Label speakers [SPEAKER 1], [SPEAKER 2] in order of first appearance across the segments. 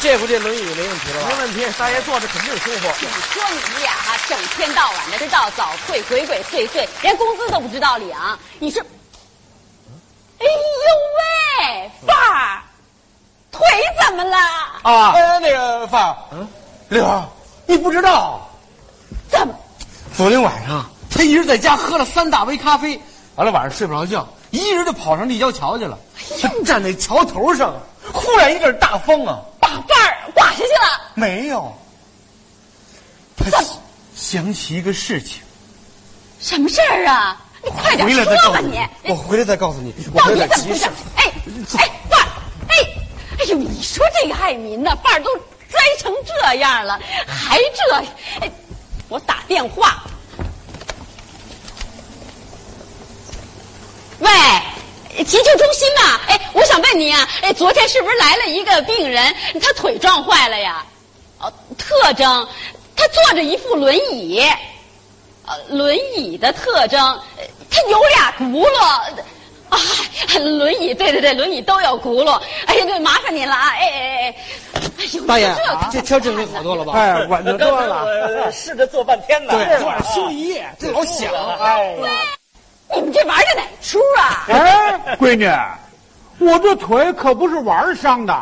[SPEAKER 1] 借过这轮椅没问题了吧
[SPEAKER 2] 没？问题，大爷坐着肯定舒服。
[SPEAKER 3] 你说你俩哈、整天到晚的这到早退鬼鬼祟祟，连工资都不知道领。你是，哎呦喂，范儿，腿怎么了？
[SPEAKER 2] 啊
[SPEAKER 1] 哎，那个范儿，嗯，柳儿，你不知道，
[SPEAKER 3] 怎么？
[SPEAKER 1] 昨天晚上他一人在家喝了三大杯咖啡，完了晚上睡不着觉，一人就跑上立交桥去了。他站在桥头上，忽然一阵大风啊，
[SPEAKER 3] 把范儿刮下去了？
[SPEAKER 1] 没有，他想起一个事情，
[SPEAKER 3] 什么事儿啊？你快点
[SPEAKER 1] 回来
[SPEAKER 3] 说
[SPEAKER 1] 再告
[SPEAKER 3] 吧
[SPEAKER 1] 诉
[SPEAKER 3] 你，
[SPEAKER 1] 我回来再告诉你，我
[SPEAKER 3] 到
[SPEAKER 1] 回
[SPEAKER 3] 底
[SPEAKER 1] 来
[SPEAKER 3] 怎
[SPEAKER 1] 急
[SPEAKER 3] 么回事
[SPEAKER 1] 事。？
[SPEAKER 3] 哎哎，范儿，哎，哎呦，你说这个爱民呐，范儿都栽成这样了，还这，哎，我打电话。喂，急救中心呐、哎，我想问你啊，哎，昨天是不是来了一个病人，他腿撞坏了呀？哦，特征，他坐着一副轮椅。呃，轮椅的特征，呃它有俩轱辘。 啊，轮椅，对对对，轮椅都有轱辘。哎呀，对，麻烦您了啊！哎哎哎，哎呦，
[SPEAKER 1] 大爷
[SPEAKER 3] 你说可，
[SPEAKER 1] 这
[SPEAKER 3] 怎
[SPEAKER 1] 车
[SPEAKER 3] 么
[SPEAKER 1] 真
[SPEAKER 3] 办
[SPEAKER 1] 是啊
[SPEAKER 3] 呢
[SPEAKER 1] 好多了吧？
[SPEAKER 2] 哎，稳得多了。
[SPEAKER 3] 呃
[SPEAKER 4] 我试着坐半天呢，
[SPEAKER 1] 对，
[SPEAKER 4] 这
[SPEAKER 1] 昨
[SPEAKER 4] 玩
[SPEAKER 1] 晚
[SPEAKER 4] 意
[SPEAKER 1] 上休一夜，这老响。啊
[SPEAKER 4] 哎呀，
[SPEAKER 3] 你们这玩的哪出啊？
[SPEAKER 5] 哎，闺女，我这腿可不是玩儿伤的，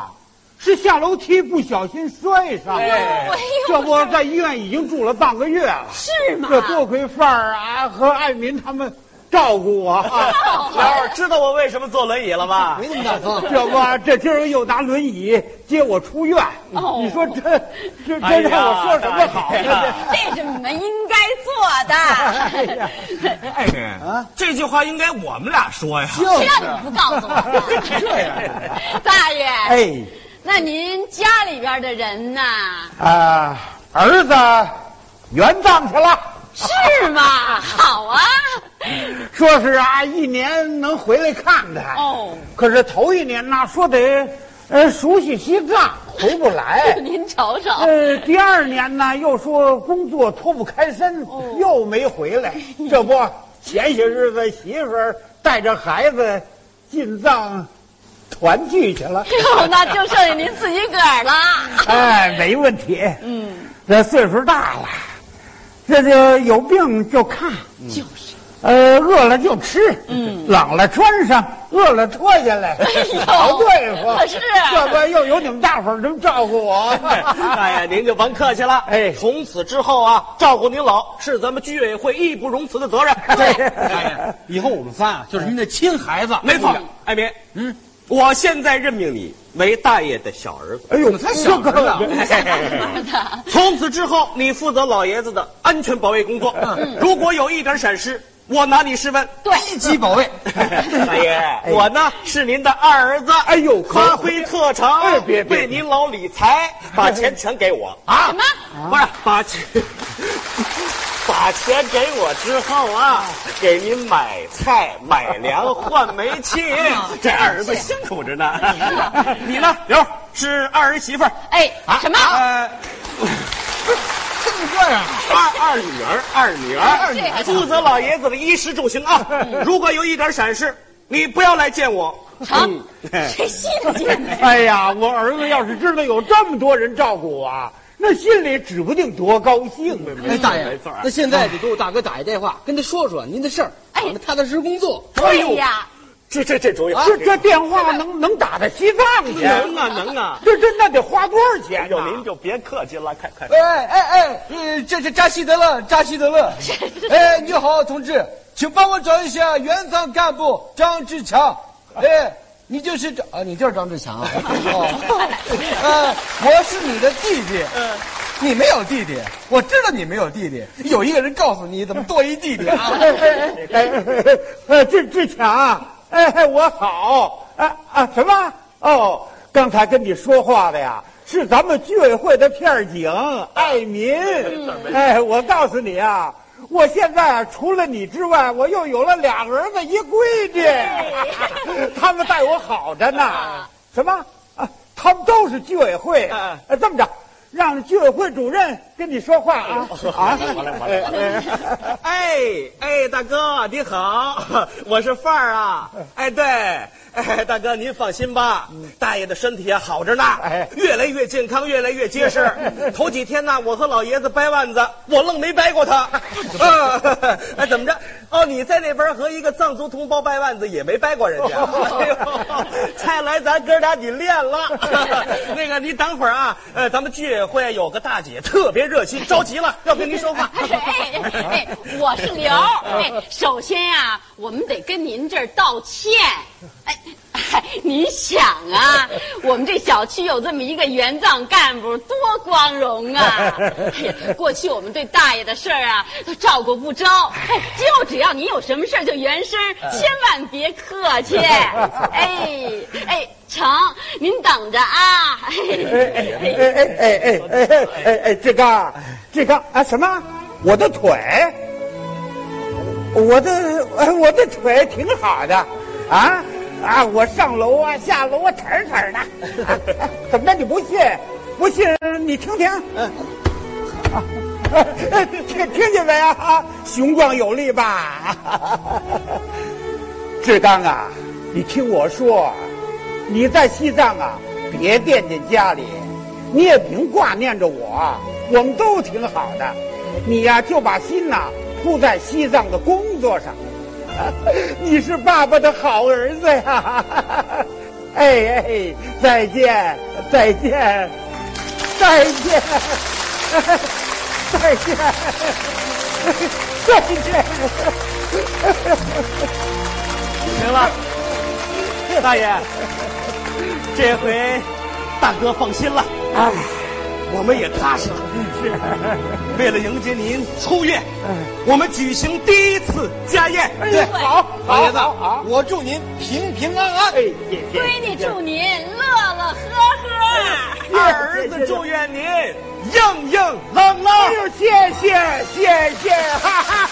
[SPEAKER 5] 是下楼梯不小心摔伤的。
[SPEAKER 3] 哎呦
[SPEAKER 5] 这不在医院已经住了半个月了。
[SPEAKER 3] 是吗？
[SPEAKER 5] 这多亏范儿啊和艾民他们照顾我 啊。
[SPEAKER 3] 哦
[SPEAKER 4] 老知道我为什么坐轮椅了吧？
[SPEAKER 1] 没那么大风，啊
[SPEAKER 5] 这不，这今儿又拿轮椅接我出院，
[SPEAKER 3] 哦
[SPEAKER 5] 你说这这
[SPEAKER 4] 哎
[SPEAKER 5] 这
[SPEAKER 4] 呀
[SPEAKER 5] 让我说什么好
[SPEAKER 4] 哎呀
[SPEAKER 5] 呢？
[SPEAKER 3] 这是你们应该做的。
[SPEAKER 4] 哎，这句话应该我们俩说 呀。
[SPEAKER 5] 哎
[SPEAKER 3] 谁让你不告诉我呢？这样，大爷，
[SPEAKER 5] 哎
[SPEAKER 3] 那您家里边的人呐，
[SPEAKER 5] 啊，儿子援葬去了。
[SPEAKER 3] 是吗？好啊。
[SPEAKER 5] 说是啊，一年能回来看看。
[SPEAKER 3] 哦，。
[SPEAKER 5] 可是头一年呢，说得呃熟悉西藏，回不来
[SPEAKER 3] 您瞅瞅，
[SPEAKER 5] 呃，第二年呢，又说工作脱不开身，
[SPEAKER 3] 哦
[SPEAKER 5] 又没 回来。这不，前些日子媳妇儿带着孩子进藏团聚去 了。
[SPEAKER 3] 哟，那就剩下您自己个儿了。
[SPEAKER 5] 哎，没问题。嗯，这岁数大了，这就有病就看，
[SPEAKER 3] 就是，
[SPEAKER 5] 呃，饿了就吃，嗯，冷了穿上，饿了脱下来，
[SPEAKER 3] 哎呦
[SPEAKER 5] 哎好 对付。
[SPEAKER 3] 是
[SPEAKER 5] 这不又有你们大伙儿这么照顾我。
[SPEAKER 4] 大爷，哎您就甭客气了。
[SPEAKER 5] 哎
[SPEAKER 4] 从此之后啊，照顾您老是咱们居委会义不容辞的责任。哎
[SPEAKER 1] 大爷，哎以后我们仨啊，就是您的亲孩子。哎
[SPEAKER 4] 没错，艾民，嗯，我现在任命你为大爷的小儿子。哎
[SPEAKER 5] 哎呦，
[SPEAKER 1] 才小着呢
[SPEAKER 4] 从此之后，你负责老爷子的安全保卫工作。如果有一点闪失，我拿你试问。
[SPEAKER 3] 对，
[SPEAKER 1] 一级保 卫。
[SPEAKER 4] 大爷，我呢是您的二儿子。
[SPEAKER 5] 哎呦
[SPEAKER 4] 发挥特长
[SPEAKER 5] 哎，别别
[SPEAKER 4] 为您老理财，把钱全给我
[SPEAKER 3] 什
[SPEAKER 4] 啊！
[SPEAKER 3] 么？
[SPEAKER 4] 不是把钱， 把钱给我之后啊，给您买菜、买粮、换煤 气。
[SPEAKER 5] 啊
[SPEAKER 4] 这二儿子辛苦着呢。你呢，刘儿是二儿媳妇儿
[SPEAKER 3] 哎，
[SPEAKER 5] 啊
[SPEAKER 3] 什么？
[SPEAKER 4] 呃，二二女儿，二女
[SPEAKER 5] 哎
[SPEAKER 3] 这还
[SPEAKER 4] 儿，
[SPEAKER 3] 行
[SPEAKER 4] 负责老爷子的衣食住行啊。
[SPEAKER 5] 嗯
[SPEAKER 4] 如果有一点闪失，你不要来见我。
[SPEAKER 3] 成，
[SPEAKER 5] 嗯
[SPEAKER 3] 谁信 你？
[SPEAKER 5] 哎呀，我儿子要是知道有这么多人照顾我啊，那心里指不定多高兴呢。
[SPEAKER 1] 哎，大爷
[SPEAKER 4] 没错儿，
[SPEAKER 1] 那现在得给我大哥打一电话，跟他说说您的事儿，
[SPEAKER 3] 哎
[SPEAKER 1] 让他踏踏实实工作。
[SPEAKER 5] 哎
[SPEAKER 3] 对呀，
[SPEAKER 4] 这这这主意
[SPEAKER 5] 这这电话能能打到西藏去？
[SPEAKER 4] 能啊能啊！
[SPEAKER 5] 这这那得花多少钱啊
[SPEAKER 4] 哎
[SPEAKER 5] 呢
[SPEAKER 4] 呦，？您就别客气了，快快
[SPEAKER 1] 哎哎哎，呃，这是扎西德勒，扎西德勒。哎，你好，同志，请帮我找一下原藏干部张志强。哎，你就是张啊，你就是张志强啊。哦，呃，我是你的弟弟。嗯。你没有弟弟，我知道你没有弟弟。有一个人告诉你怎么多一弟弟 啊！
[SPEAKER 5] 哎哎哎哎哎，志志强，哎哎，我好，啊啊什么？哦，刚才跟你说话的呀，是咱们居委会的片儿警艾民。哎，我告诉你啊，我现在啊除了你之外，我又有了俩儿子一闺女，他们待我好着呢。什么？啊，他们都是居委会。
[SPEAKER 4] 嗯
[SPEAKER 5] 啊，这么着，让居委会主任跟你说话啊
[SPEAKER 6] 完
[SPEAKER 5] 啊！
[SPEAKER 6] 了完了
[SPEAKER 5] 哎
[SPEAKER 6] 完
[SPEAKER 5] 哎
[SPEAKER 4] 哎哎，大哥你好，我是范儿啊。哎对，哎大哥您放心吧，大爷的身体啊好着呢
[SPEAKER 5] 哎，
[SPEAKER 4] 越来越健康，越来越结实。头几天呢，我和老爷子掰腕子，我愣没掰过他。啊，哎怎么着？哦，你在那边和一个藏族同胞掰腕子也没掰过人家。哎呦，看来咱哥俩你练了。那个你等会儿啊，呃，咱们居委会有个大姐特别热心，着急了要跟您说话。
[SPEAKER 3] 哎哎，我是刘。哎，首先呀、我们得跟您这儿道歉。哎，哎您想啊，我们这小区有这么一个援藏干部，多光荣啊！哎呀，过去我们对大爷的事儿啊都照顾不周。哎，就只要你有什么事儿就原声，千万别客气。哎哎，成，您等着啊！
[SPEAKER 5] 哎哎哎哎哎哎哎哎，志刚，志刚啊什么？我的腿，我的哎我的腿挺好的啊啊！我上楼啊下楼啊腿儿腿儿的、啊怎么着你不信？不信你听听。啊哎听听见没啊？雄壮有力吧？志刚啊，你听我说，你在西藏啊，别惦记家里，你也甭挂念着我，我们都挺好的。你呀、就把心呐、扑在西藏的工作上。 你是爸爸的好儿子呀！ 哎哎，再见，再见，再见， 再见， 再见。
[SPEAKER 4] 行了，大爷，这回大哥放心了，哎，我们也踏实了。是，为了迎接您初月，我们举行第一次家宴。
[SPEAKER 3] 哎
[SPEAKER 4] 对，
[SPEAKER 5] 好，
[SPEAKER 1] 老
[SPEAKER 5] 好，
[SPEAKER 1] 爷子
[SPEAKER 5] 好，好，，
[SPEAKER 1] 我祝您平平安安
[SPEAKER 5] 哎，。谢谢
[SPEAKER 3] 闺女祝您乐乐呵呵。
[SPEAKER 4] 儿子祝愿您硬硬朗朗
[SPEAKER 5] 哎。呦，谢谢，谢谢，哈哈。